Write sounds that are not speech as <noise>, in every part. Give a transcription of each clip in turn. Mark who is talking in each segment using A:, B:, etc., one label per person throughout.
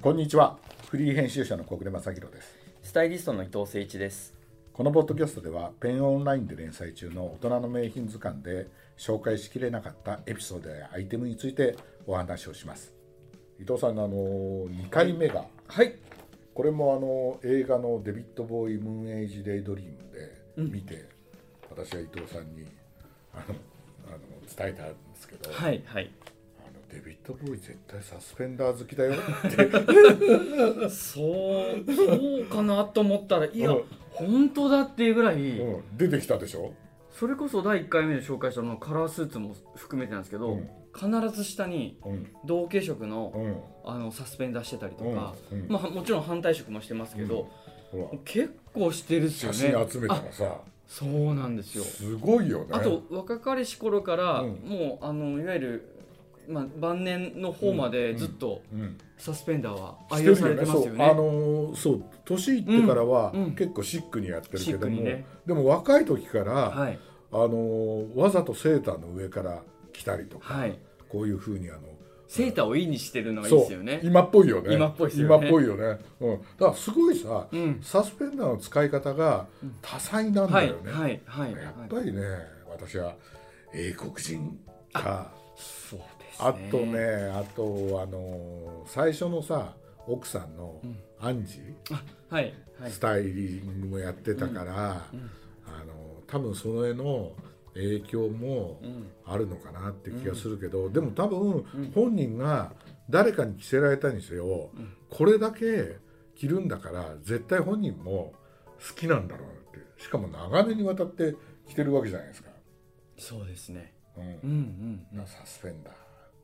A: こんにちはフリー編集者の小暮正弘です
B: スタイリストの伊藤誠一です。
A: このポッドキャストではペンオンラインで連載中の大人の名品図鑑で紹介しきれなかったエピソードやアイテムについてお話をします伊藤さんのあの2回目が
B: はい。
A: これもあの映画のデビッド・ボーイ・ムーン・エイジ・デイ・ドリームで見て、私は伊藤さんにあのあの伝えたんですけど、
B: はいはい。
A: あのデビッド・ボーイ絶対サスペンダー好きだよって
B: <laughs> そうそうかなと思ったらいや
A: うん
B: 本当だっていうぐらい、
A: うん出てきたでしょ
B: それこそ第1回目で紹介したあのカラースーツも含めてなんですけど、
A: うん
B: 必ず下に
A: うん
B: 同系色の,、
A: うん
B: あのサスペンダーしてたりとか、
A: うんうん
B: まあ、もちろん反対色もしてますけど、
A: ほら
B: 結構してるっすよ
A: 写
B: ね
A: 真集めたら
B: あ
A: さ
B: そうなんですよ
A: すごいよね
B: あと若かりし頃から、
A: うん
B: もうあのいわゆる、まあ、晩年の方までずっと
A: うん
B: サスペンダーは愛用されてますよ
A: そう
B: ね。
A: あのーそう年いってからは
B: うんうん
A: 結構シックにやってるけど
B: シック
A: も、
B: にね
A: でも若い時から、
B: はい
A: あのーわざとセーターの上から着たりとか、
B: はい。
A: こういうふうにあの
B: セーターをいいにしてるのがいい
A: そ
B: で
A: う
B: すよね。
A: 今っぽいよね
B: 今っぽいですよね
A: 今っぽいよねうん、だからすごいさ、
B: うん。
A: サスペンダーの使い方が多彩なん
B: は
A: だ
B: い
A: よね、
B: はいはい。
A: やっ
B: はい
A: ぱりね私は英国人か
B: そうです
A: あと。ねあとあのー最初のさ奥さんの
B: ん
A: アンジ、
B: はいはい
A: ス。タイリングもやってたから、
B: ん
A: あの多分その絵の影響も
B: うん
A: あるのかなって気がするけど、でも多分本人が誰かに着せられたにせよ、これだけ着るんだから絶対本人も好きなんだろうなってしかも長年にわたって着てるわけじゃないですか。
B: そうですね。
A: うん
B: うんうんう。
A: なんサスペンダーっ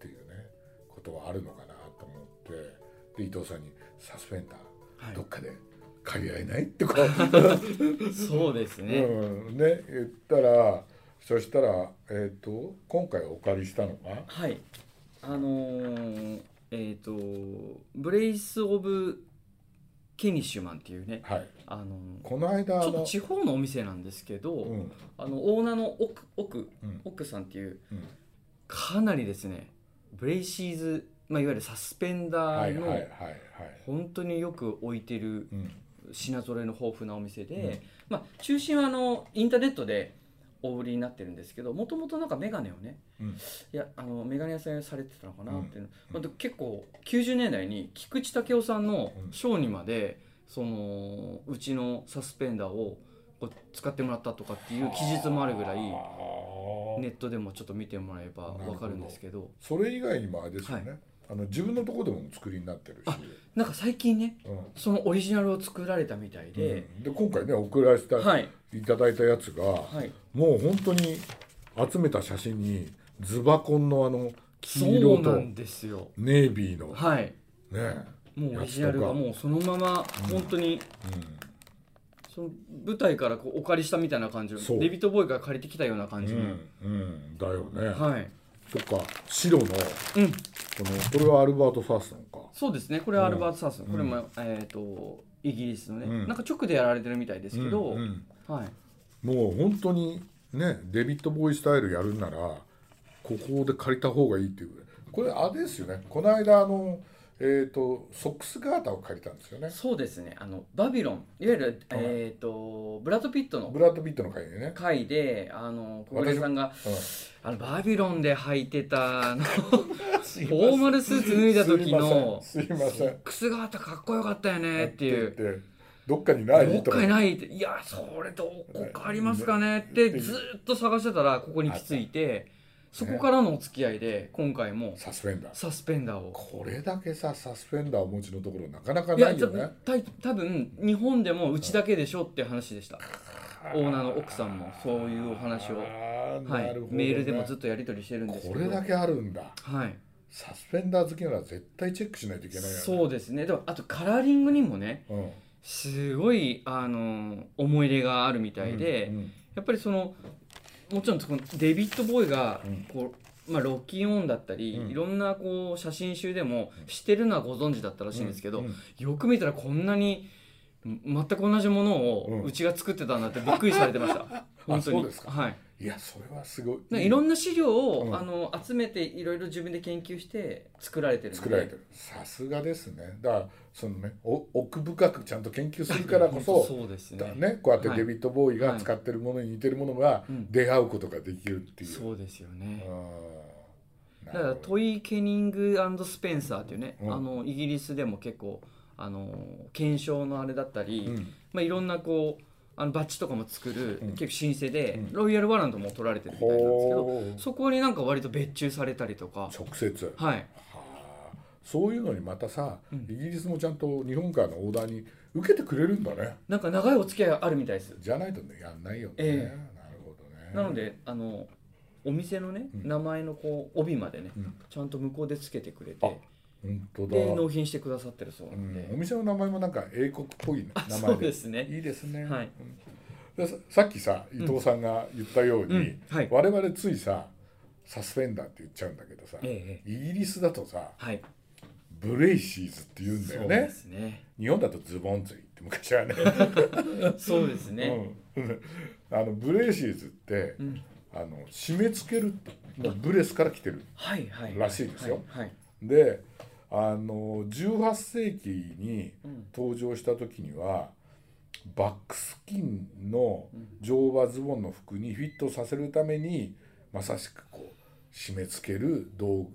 A: ていうねことはあるのかなと思ってで伊藤さんに「サスペンダー、
B: はい
A: どっかで借り合えない?」って
B: <laughs>
A: こう、
B: そうですね。
A: うん、ね言ったらそしたら、えっと今回お借りしたのが
B: はい。あのーえっとブレイスオブケニッシュマンっていうね
A: はい
B: あのー
A: この間
B: ち
A: あ
B: ょっと
A: の
B: 地方のお店なんですけど、
A: うん
B: あのオーナーの奥奥
A: うん
B: 奥さんっていう
A: うん
B: かなりですねブレイシーズ、まあ、いわゆるサスペンダ
A: はい
B: ー
A: はいはいは
B: の
A: い
B: 本当によく置いてる
A: うん
B: 品揃えの豊富なお店で、
A: うん
B: まあ、中心はあのインターネットでお売りになってるんですけどもともとなんか眼鏡をね
A: うん
B: いやあの眼鏡屋さんされてたのかなっていうの、
A: うん
B: まあ結構90年代に菊池武雄さんの
A: うん
B: ショーにまでそのうちのサスペンダーをこう使ってもらったとかっていう記述もあるぐらい。
A: あー
B: ネットでもちょっと見てもらえば
A: なるほど
B: わかるんですけど
A: それ以外にもあれですよね、
B: は
A: あの自分のとこでもお作りになってるし
B: あなんか最近ね
A: うん
B: そのオリジナルを作られたみたいで、
A: うんで今回ね送らせて
B: はい
A: いただいたやつが、
B: はい
A: もう本当に集めた写真にズバコンのあの
B: そ
A: 黄色
B: うな
A: と
B: んですよ
A: ネイビーの
B: はい
A: ね
B: もうオリジナルがもうそのまま本当にその舞台からこうお借りしたみたいな感じの
A: そう
B: デビットボーイが借りてきたような
A: う
B: 感
A: ん、う
B: じの、
A: んうん、だよね、
B: はい
A: そっか白のこ
B: うん
A: のこれはアルバート・ファーストンか
B: そうですねこれはアルバート・サースン、
A: うん
B: これも、えっ、とイギリスのね、
A: うん
B: なんか直でやられてるみたいですけど、
A: うんうん
B: はい
A: もう本当にねデビッド・ボーイスタイルやるんならここで借りた方がいいっていうこれあれですよねこの間あのえっ、とソックスガータを借りたんですよね
B: そうですねあのバビロンいわゆる、えっ、とブラッド・ピットの
A: ブラッド・ピットの回でね、
B: 回であの小暮さんがあのバビロンで履いて
A: <laughs>
B: たあのフ
A: うん、
B: ォーマルスーツ脱いだ時の
A: すいませんすいません
B: クスがあったかっこよかったよねっていう
A: 言ってどっかにない
B: どっ
A: と
B: かにないっていやそれどこかありますかねってずーっと探してたらここに行き着いてそこからのお付き合いで今回も
A: サスペンダー
B: サスペンダーを
A: これだけさサスペンダーお持ちのところなかなか
B: いや
A: ないよね
B: た多分日本でもうちだけでしょって話でしたオーナーの奥さんもそういうお話を、
A: あー
B: はい
A: なるほどね
B: メールでもずっとやり取りしてるんですけ
A: こ
B: ど
A: れだけあるんだ
B: はい
A: サスペンダー好きなら絶対チェックしないといけないよね
B: そうですねでもあとカラーリングにもね
A: うん、
B: すごいあの思い入れがあるみたいで、
A: うん
B: やっぱりそのもちろんそのデビッド・ボーイが
A: うん
B: こう、まあ、ロッキンオンだったり、
A: うん
B: いろんなこう写真集でも知ってるのはご存知だったらしいんですけど、
A: うんうん
B: よく見たらこんなにん全く同じもの
A: うん
B: をうちが作ってたんだってびっくりされてました、
A: <laughs> あ
B: 本当に
A: そうですか
B: はい、
A: いいやそれはすごい
B: なんかいろんな資料を、
A: うん
B: あの集めていろいろ自分で研究して作られてるんで
A: 作られてるさすがですねだからそのねお奥深くちゃんと研究するからこそ
B: <laughs> そうですね
A: だね、こうやって
B: はい
A: デビッド・ボーイが使ってるものに似てるものが
B: うん
A: 出会うことができるっていう。
B: そうですよ
A: うん
B: ね、
A: な
B: だから
A: るほど
B: トイ・ケニングスペンサーっていうね、
A: うん
B: あのイギリスでも結構あの検証のあれだったり、
A: うん
B: まあ、いろんなこうあのバッジとかも作る、
A: うん
B: 結構老舗で、
A: うん
B: ロイヤルワラントも取られてるみたいなんですけど
A: ほう
B: そこになんか割と別注されたりとか
A: 直接
B: はい
A: はあそういうのにまたさ、
B: うん
A: イギリスもちゃんと日本からのオーダーに受けてくれるんだね
B: なんか長いお付き合いがあるみたいです
A: じゃないとねやんないよね、
B: ええ
A: なるほどね
B: なのであのお店のね、
A: うん
B: 名前のこう帯までね、
A: うん
B: ちゃんと向こうでつけてくれ
A: あ
B: て
A: 本当だ、
B: で納品してくださってるそうな
A: うん
B: で、
A: ん、お店の名前もなんか英国っぽいね
B: あ
A: 名
B: そ
A: 前
B: うですね
A: いいですね、
B: はい
A: うんでささっきさ伊藤さんが言ったように、
B: うんはい
A: 我々ついさサスペンダーって言っちゃうんだけどさ、
B: ええ
A: イギリスだとさ
B: はい
A: ブレイシーズって言うんだよ
B: そうで
A: ね
B: すね
A: 日本だとズボンズイって昔はね
B: そうですね、
A: うん、あのブレイシーズって、
B: うん
A: あの締め付けるってブレスから来てる
B: はいはいはい
A: らしいですよ
B: はい、はい
A: であの18世紀に
B: うん
A: 登場した時にはバックスキンの乗馬ズボンの服にフィットさせるためにまさしくこう締め付ける道具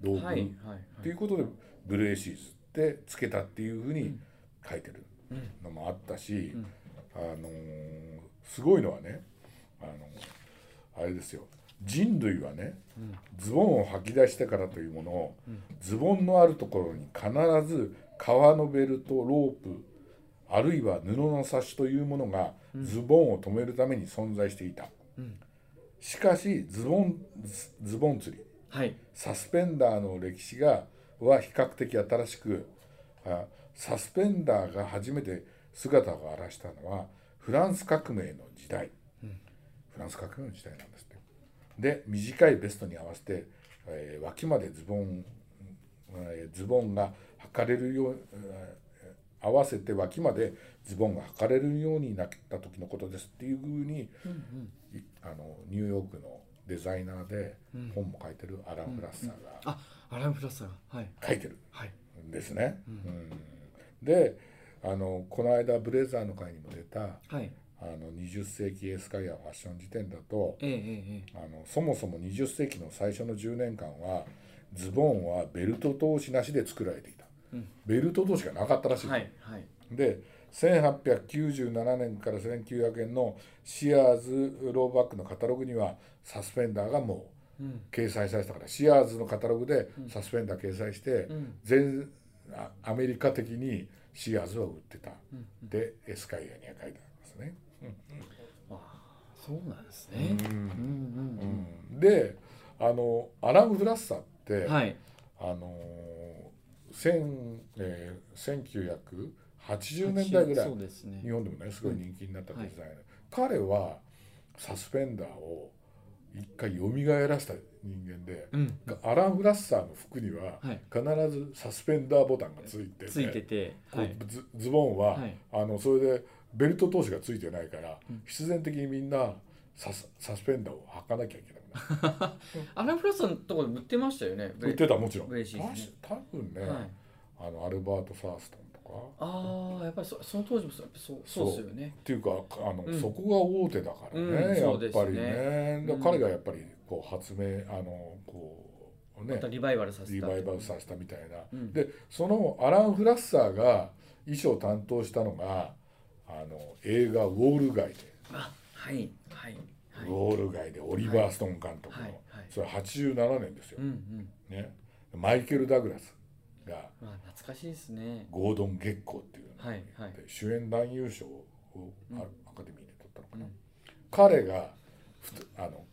A: 道具、
B: はいはい
A: っ
B: は
A: てい
B: いう
A: ことでブレーシーズってつけたっていうふうに書いてるのもあったし、
B: ん
A: あのーすごいのはね、あのーあれですよ人類はね
B: うん
A: ズボンを吐き出してからというものを、ズボンのあるところに必ず革のベルトロープあるいは布のサッシというものがズボンを止めるために存在していた、
B: うん
A: しかしズボンズズボン釣り
B: はい
A: サスペンダーの歴史がは比較的新しくあサスペンダーが初めて姿を現したのはフランス革命の時代、フランス革命の時代なんですってで短いベストに合わせて、えー脇までズボン、えーズボンが履かれるよう、えー合わせて脇までズボンが履かれるようになった時のことですっていうふうに、いあのニューヨークのデザイナーで本も書いてるアラン・フラッサーが
B: あアラン・フラッサーがはい
A: 書いてる
B: はい
A: んですね。うんであのこの間ブレザーの会にも出た
B: はい
A: あの20世紀エスカイアファッション辞典だと
B: えええええ
A: あのそもそも20世紀の最初の10年間はズボンはベルト通しなしで作られていた、
B: うん
A: ベルト通しがなかったらし
B: え
A: い、
B: はいはい
A: で1897年から1900年のシアーズローバックのカタログにはサスペンダーがも
B: うん
A: う掲載されてたからシアーズのカタログでサスペンダー掲載して、
B: うん
A: 全あアメリカ的にシアーズは売ってた、
B: うん
A: でエスカイアには書いてありますね。
B: あーそうなんですね
A: う
B: うんんうん
A: であのアラン・フラッサーって、
B: うんはい
A: あのー千えー1980年代ぐらい
B: そうですね
A: 日本でもねすごい人気になったデザイナー、彼はサスペンダーを一回蘇らせた人間で、
B: うん
A: アラン・フラッサーの服には
B: はい
A: 必ずサスペンダーボタンがついてて
B: ついてて
A: こ
B: は
A: う
B: い
A: ズズボンは、
B: はい
A: あのそれでベルト通しがついてないから、必然的にみんなサスサスペンダーを履かなきゃいけなくなる
B: アラン・フラッサーのところで売ってましたよね <laughs>
A: 売ってたもちろん
B: 嬉しいですね
A: た多分ね、
B: はい
A: あのアルバート・ファーストンとか
B: ああやっぱりそその当時もそうやっぱそうそうですよね
A: っていうかあの、
B: うん
A: そこが大手だからね、
B: うん
A: や
B: そ
A: っ
B: うです
A: ぱり
B: ね
A: ねだ
B: うん
A: 彼がやっぱりこう発明あのこう
B: ま
A: ね
B: たリバイバルさせ
A: リ
B: た
A: バイバルさせたみたいな、
B: うん
A: でそのアラン・フラッサーが衣装を担当したのがあの映画「ウォール街」で、
B: あはいはいはい
A: ウォール街でオリバー・ストーン監督の、
B: はいはい
A: それ87年ですよ
B: う、んうん
A: ね、マイケル・ダグラスが
B: まあ懐かしいですね
A: ゴードン・月光っていうの
B: はいはい
A: で主演男優賞をあアカデミーで取ったのかな、
B: うん
A: 彼がふつあの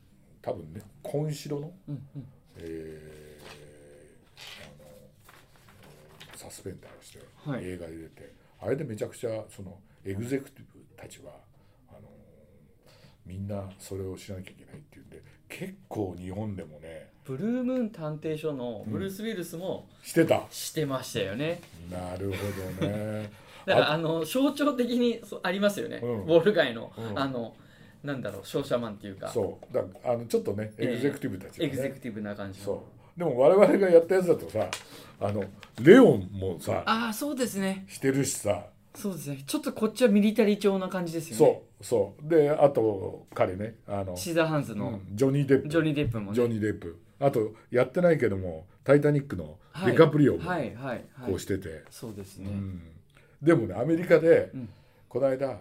A: 多分ね紺白の,、
B: うんうん
A: えーあのサスペンダーをして
B: はい
A: 映画に出て、あれでめちゃくちゃそのエグゼクティブたちはあのみんなそれをしなきゃいけないっていうんで結構日本でもね
B: ブルームーン探偵所のブルース・ウィルスも
A: してた
B: してましたよね
A: なるほどね
B: <laughs> だからあの象徴的にそうありますよね、
A: うん
B: ウォール街の、
A: うん
B: あのなんだろう商社マンっていうか
A: そうだあのちょっとねエグゼクティブたちが
B: エグゼ
A: ね
B: クティブな感じの
A: そうでも我々がやったやつだとさあのレオンもさ
B: ああそうですね
A: してるしさ
B: そうですねちょっとこっちはミリタリー調な感じですよね
A: そうそうであと彼ねあの、
B: シーザーハンズ
A: う
B: の
A: んジョニー・デップ
B: ジョニー・デップもね
A: ジョニー・デップあとやってないけども「タイタニック」の
B: はい
A: デカプリオも
B: はいはいは
A: こ
B: いう
A: してて、
B: そうです
A: う
B: ね
A: ん、でもねアメリカで、
B: うん
A: この間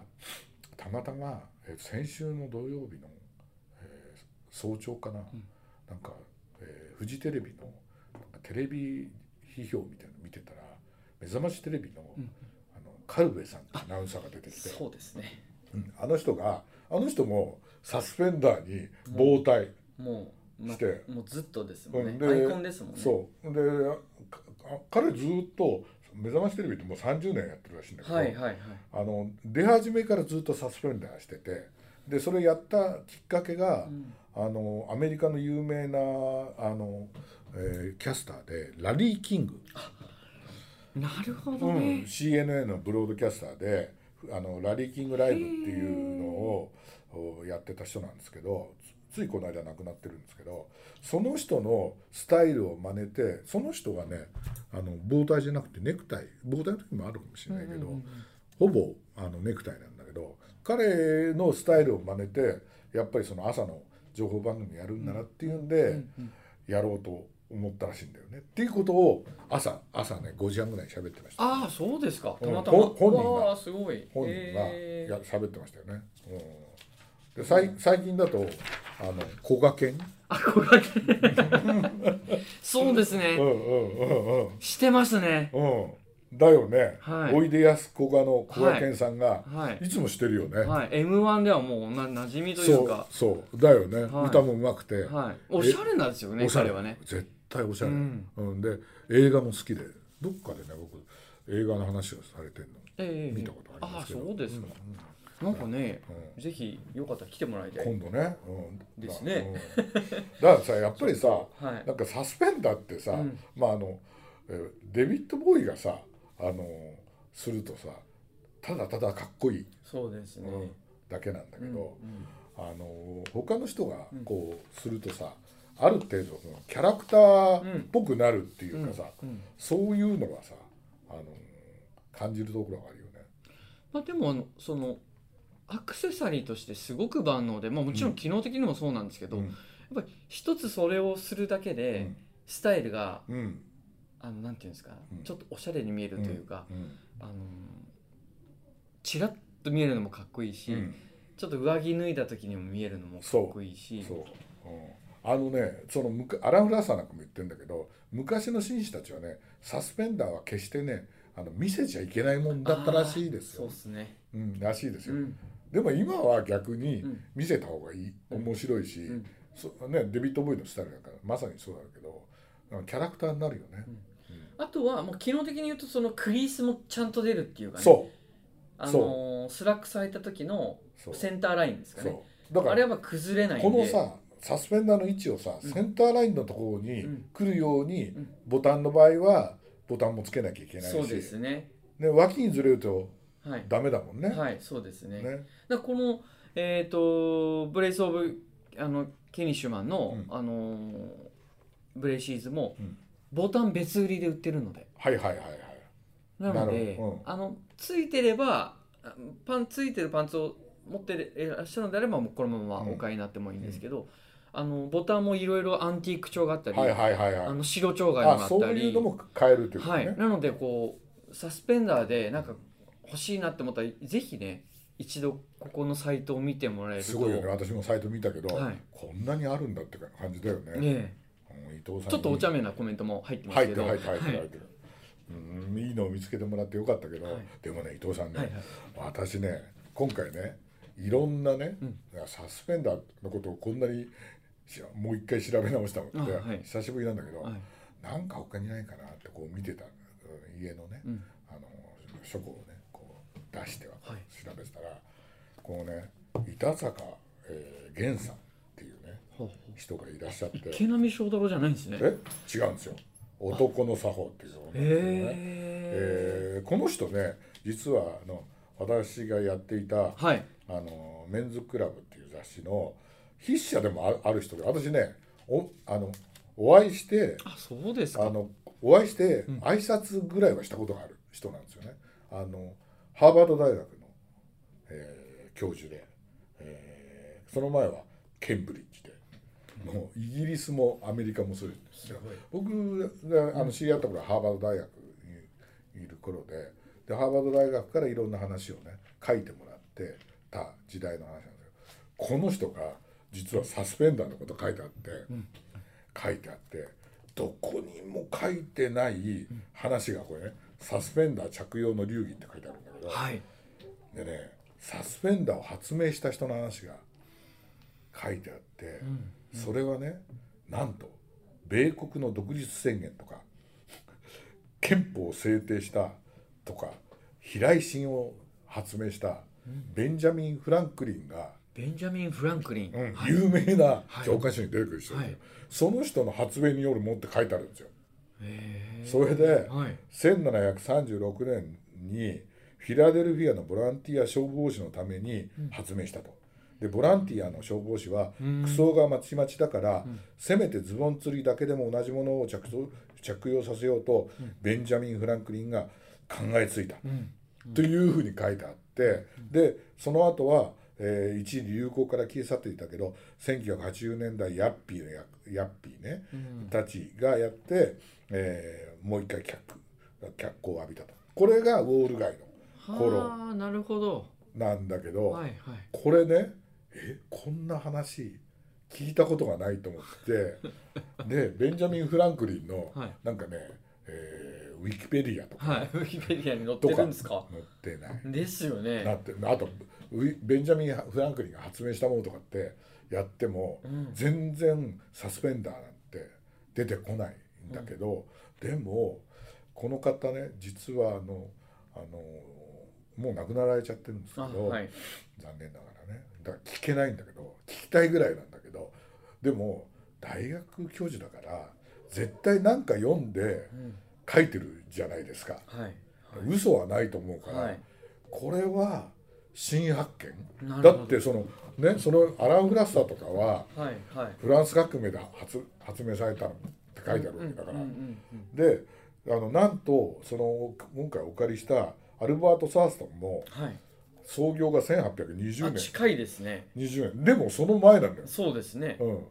A: たまたま、えー先週の土曜日の、えー早朝かな、
B: ん
A: なんか、えーフジテレビのなんかテレビ批評みたいなの見てたら「目覚ましテレビの」
B: うん
A: あのカルベさんってアナウンサーが出てきて
B: そうですね
A: うんあの人があの人もサスペンダーに棒体。
B: もうま
A: して
B: もうずっとですもん
A: うんで
B: ねアイコンですもんね
A: そうでかか彼ずっと「目覚ましテレビ」ってもう30年やってるらしいんだけど、
B: はいはいはい
A: あの出始めからずっとサスペンダーしててでそれやったきっかけが、
B: うん
A: あのアメリカの有名なあの、えーキャスターでラリー・キング、
B: なるほ
A: う
B: ど
A: ん
B: ね
A: CNN のブロードキャスターであのラリー・キングライブっていうのをおやってた人なんですけどつついこの間亡くなってるんですけどその人のスタイルを真似てその人がねあの棒体じゃなくてネクタイ棒体の時もあるかもしれないけど、
B: うんうんうん
A: ほぼあのネクタイなんだけど彼のスタイルを真似てやっぱりその朝の情報番組やるんだなっていうんで、
B: うんうん
A: やろうと思ったらしいんだよね。っていうことを朝朝ね5時半ぐらいに喋ってました。
B: ああそうですか
A: うん
B: たまたま
A: ほ本人が
B: わあすごい
A: 本人が
B: へえ
A: や喋ってましたよね。うん、でさい最近だとあの小賀健、
B: 憧れ
A: <laughs>
B: そうです
A: うん
B: ね
A: うんうんうん
B: してましたね
A: うん、だよね、
B: はい
A: おいでやすこがの小賀健さんが、
B: はい
A: い、つもしてるよね。
B: はい M1 ではもうな馴染みとい
A: そうう
B: か
A: そうだよね、
B: はい
A: 歌もうまくて、
B: はいおしゃれなんですよね
A: おしゃれ
B: 彼はね
A: 絶対おしゃれ、
B: う
A: うんんで映画も好きでどっかでね僕映画の話をされてるの
B: ええ
A: 見たことありますけど
B: ああそうですかなんかねぜひよかったら来てもらいたい
A: 今度ね、うん、
B: ですね
A: だ、うんだからさやっぱりさ、
B: はい
A: なんかサスペンダーってさ、
B: うん
A: まああのえーデビッド・ボーイがさあのするとさただただかっこいい、
B: そうですね
A: うんだけなんだけ
B: うん
A: ど、
B: うん
A: あの他の人がこうするとさ、ある程度そのキャラクターっぽくなるっていうかさ、
B: うん
A: そういうのがさあの感じるところがあるよね。
B: まあでもあのそのアクセサリーとしてすごく万能でまあもちろん機能的にもそうなんですけどやっぱり一つそれをするだけ
A: う
B: で
A: ん
B: スタイルが
A: うんうん
B: あのなんていうんですか
A: うん
B: ちょっとおしゃれに見えるというか
A: うん
B: あのちらっと見えるのもかっこいいし
A: うん
B: ちょっと上着脱いだ時にも見えるのもかっこいいし
A: そう、うんあのねそのむかアラン・フランサーなんかも言ってるんだけど昔の紳士たちはねサスペンダーは決してねあの見せちゃいけないもんだったらしいです
B: そう
A: よ
B: で。すね
A: うん、らしいです
B: う
A: よ、
B: ん
A: でも今は逆に
B: うん
A: 見せた方がいい、
B: うん
A: 面白いし、
B: うん
A: そね、デビッド・ボーイのスタイルだからまさにそうだけどうんキャラクターになるよね、
B: あとはもう機能的に言うとそのクリースもちゃんと出るっていうかね
A: そう
B: あのースラックス履いた時の
A: そう
B: センターラインですかね
A: そうだか
B: あれ
A: ら
B: はやっぱ崩れないんで
A: このさサスペンダーの位置をさ、
B: うん
A: センターラインのところに
B: うん
A: 来るように、
B: うん
A: ボタンの場合はボタンもつけなきゃいけないし
B: そうですね
A: ね、脇にずれると
B: はい、
A: ダメだもんね。
B: はい、そうですねだか
A: ね
B: らこのえっ、とブレイス・オブあのケニッシュマンの、
A: うん
B: あのーブレイシーズも、
A: うん
B: ボタン別売りで売ってるので
A: はいはいはいはい。
B: なので
A: なるほど
B: あのついてればあパンついてるパンツを持っていらっしゃるのであればもうこのままお買いになってもいいんですけど、あのボタンもいろいろアンティーク調があったり、
A: はいはいはいはい
B: あ。の白調があ
A: あ、
B: っ
A: そ
B: た
A: うい
B: り
A: うのも変えるということ
B: は
A: ね。
B: い、なのでこうサスペンダーでなんか欲しいなって思ったらぜひね一度ここのサイトを見てもらえると
A: すごいよね。私もサイト見たけど、
B: はい
A: こんなにあるんだって感じだよね。
B: ね
A: うん伊藤さんに
B: えちょっとお茶目なコメントも入ってます
A: 入っ
B: け
A: て
B: ど
A: る入ってる入ってる
B: は
A: 入
B: い
A: ってる。うん、いいのを見つけてもらってよかったけど、
B: はい
A: でもね伊藤さんね、
B: はいはい
A: 私ね今回ねいろんなね、
B: うん
A: サスペンダーのことをこんなにしもう一回調べ直したので、
B: あはい
A: 久しぶりなんだけど、
B: はい
A: なんか他にないかなってこう見てたうん家のね、
B: うん
A: あの書庫をねこう出してはこう
B: はい
A: 調べてたら、こうね板坂、えー、源さんっていうね
B: ほうほう
A: 人がいらっしゃって
B: 池波正太郎じゃないんですね
A: え違うんですよ「男の作法」っていうのがあるんですけどね
B: へえ
A: えーこの人ね実はあの私がやっていた、
B: はい
A: あのメンズクラブっていう雑雑誌の筆者でもあるある人で私ねおあのお会いして
B: あそうです
A: あ
B: か
A: のお会いして
B: うん
A: 挨拶ぐらいはしたことがある人なんですよね。あのハーバード大学の、えー教授で、えーその前はケンブリッジで。もうイギリスもアメリカもそうですよ
C: すごい
A: 僕があの知り合った頃はハーバード大学にいる頃ででハーバード大学からいろんな話をね書いてもらってた時代の話なんですけどこの人が実はサスペンダーのこと書いてあって、書いてあってどこにも書いてない話がこれね「サスペンダー着用の流儀」って書いてあるんだけど、
B: はい
A: でねサスペンダーを発明した人の話が書いてあって、それはねなんと米国の独立宣言とか <laughs> 憲法を制定したとか飛来心を発明したベンジャミン・フランクリンが、
B: ベンジャミン・フランクリン、
A: うん
B: はい
A: 有名な教科書に出てくる人ですよ、
B: はい
A: その人の発明によるものって書いてあるんですよ。
B: へー
A: それで
B: はい
A: 1736年にフィラデルフィアのボランティア消防士のために発明したと。でボランティアの消防士は
B: ん
A: 服装がまちまちだから、せめてズボン釣りだけでも同じものを着装着用させようと、ベンジャミン・フランクリンが考えついた、
B: うん
A: というふうに書いてあって、でその後は、えー一時流行から消え去っていたけど1980年代ヤッピーのやヤッピーね、たちがやって、えーもう一回脚脚光を浴びたとこれがウォール街の頃
B: はあなるほど
A: なんだけど、
B: はいはい
A: これねえこんな話聞いたことがないと思って
B: <laughs>
A: でベンジャミン・フランクリンの、
B: はい
A: なんかね、えーウィキペディアとか
B: はい <laughs> ウィキペディアに載っ
A: と
B: て
A: か
B: る
A: 載
B: んですか
A: ってない。
B: ですよ
A: な
B: ね
A: ってるあとウィベンジャミン・フランクリンが発明したものとかってやっても
B: うん
A: 全然サスペンダーなんて出てこないんだけど、でもこの方ね実はあのあのもう亡くなられちゃってるんですけ
B: あ
A: ど、
B: はい
A: 残念ながらねだから聞けないんだけど聞きたいぐらいなんだけどでも大学教授だから絶対何か読んで
B: うん
A: 書いてるじゃないですか、
B: はい
A: 嘘はないと思うから。
B: はい
A: これは新発
B: な
A: 見
B: るほ
A: だ
B: ど
A: ってそのねそのアラン・フラッサーとかは
B: はいはい
A: フランス革命で発発明されたのって書いてあるわけだから、
B: うんうんうん
A: であのなんとその今回お借りしたアルバート・サーストンも
B: はい
A: 創業が
B: あ
A: 1820年
B: 近いですね
A: 20年でもその前なんだよ、
B: そうですね
A: うん、だか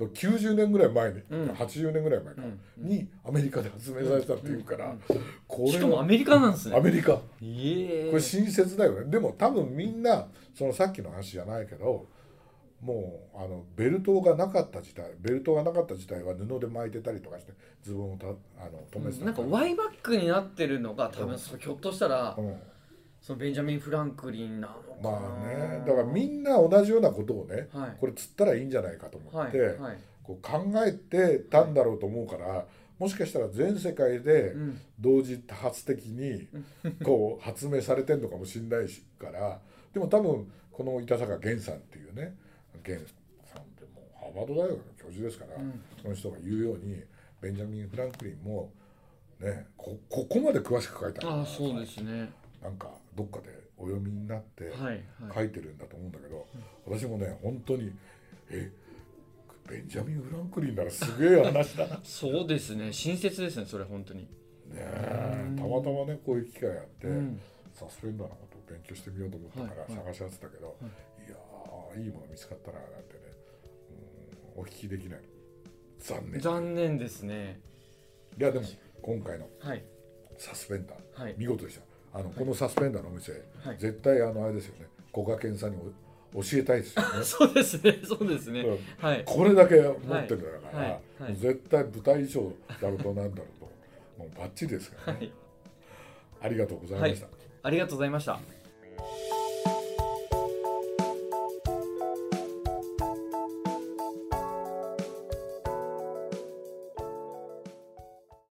A: ら90年ぐらい前に、
B: うん
A: 80年ぐらい前か、
B: うん
A: にアメリカで発明されたっていうから、こ
B: し
A: れ
B: かもア
A: は
B: メリカなんですね
A: アメリカ
B: いえ
A: これ親切だよねでも多分みんなそのさっきの話じゃないけどもうあのベルトがなかった時代ベルトがなかった時代は布で巻いてたりとかしてズボンをたあの
B: う
A: 留めて
B: ん
A: た
B: なんかワイバックになってるのが多分それひょっとしたら
A: うん
B: そのベンジャミン・フランクリンなのかな
A: まあねだからみんな同じようなことをね、
B: はい
A: これつったらいいんじゃないかと思
B: は
A: っ
B: い
A: て、
B: はい
A: こう考えてたんだろうと思うからもしかしたら全世界で
B: うん
A: 同時多発的にこう発明されてるのかもしれないしからでも多分この板坂源さんっていうね源さんってもうハーバード大学の教授ですから、
B: うん
A: その人が言うようにベンジャミン・フランクリンも、ね、こここまで詳しく書いて
B: あ
A: る
B: あそうですね
A: なんかどっかでお読みになって。
B: はいはい
A: 書いてるんだと思うんだけど、私もね本当にえベンジャミン・フランクリンならすげえ話だなね
B: そうですね親切ですねそれ本当に
A: えたまたまねこういう機会あって、
B: うん
A: サスペンダーのことを勉強してみようと思ったから
B: はい
A: 探
B: は
A: し合ってたけど、いやーいいもの見つかったななんてねうんお聞きできない残念
B: 残念ですね
A: いやでも今回の
B: はい
A: サスペンダー
B: はい
A: 見事でしたあのこのサスペンダーのお店、
B: はい
A: 絶対あのあれですよね古賀健さんにお
B: <laughs>
A: 教えたいですよね
B: そうですねそうですね
A: うん
B: はい
A: これだけ持ってるんだから、
B: はいはいはい
A: 絶対舞台衣装だろうとなんだろうともうバッチリですから
B: は
A: ね、
B: い
A: ありがとうございました、
B: ありがとうございました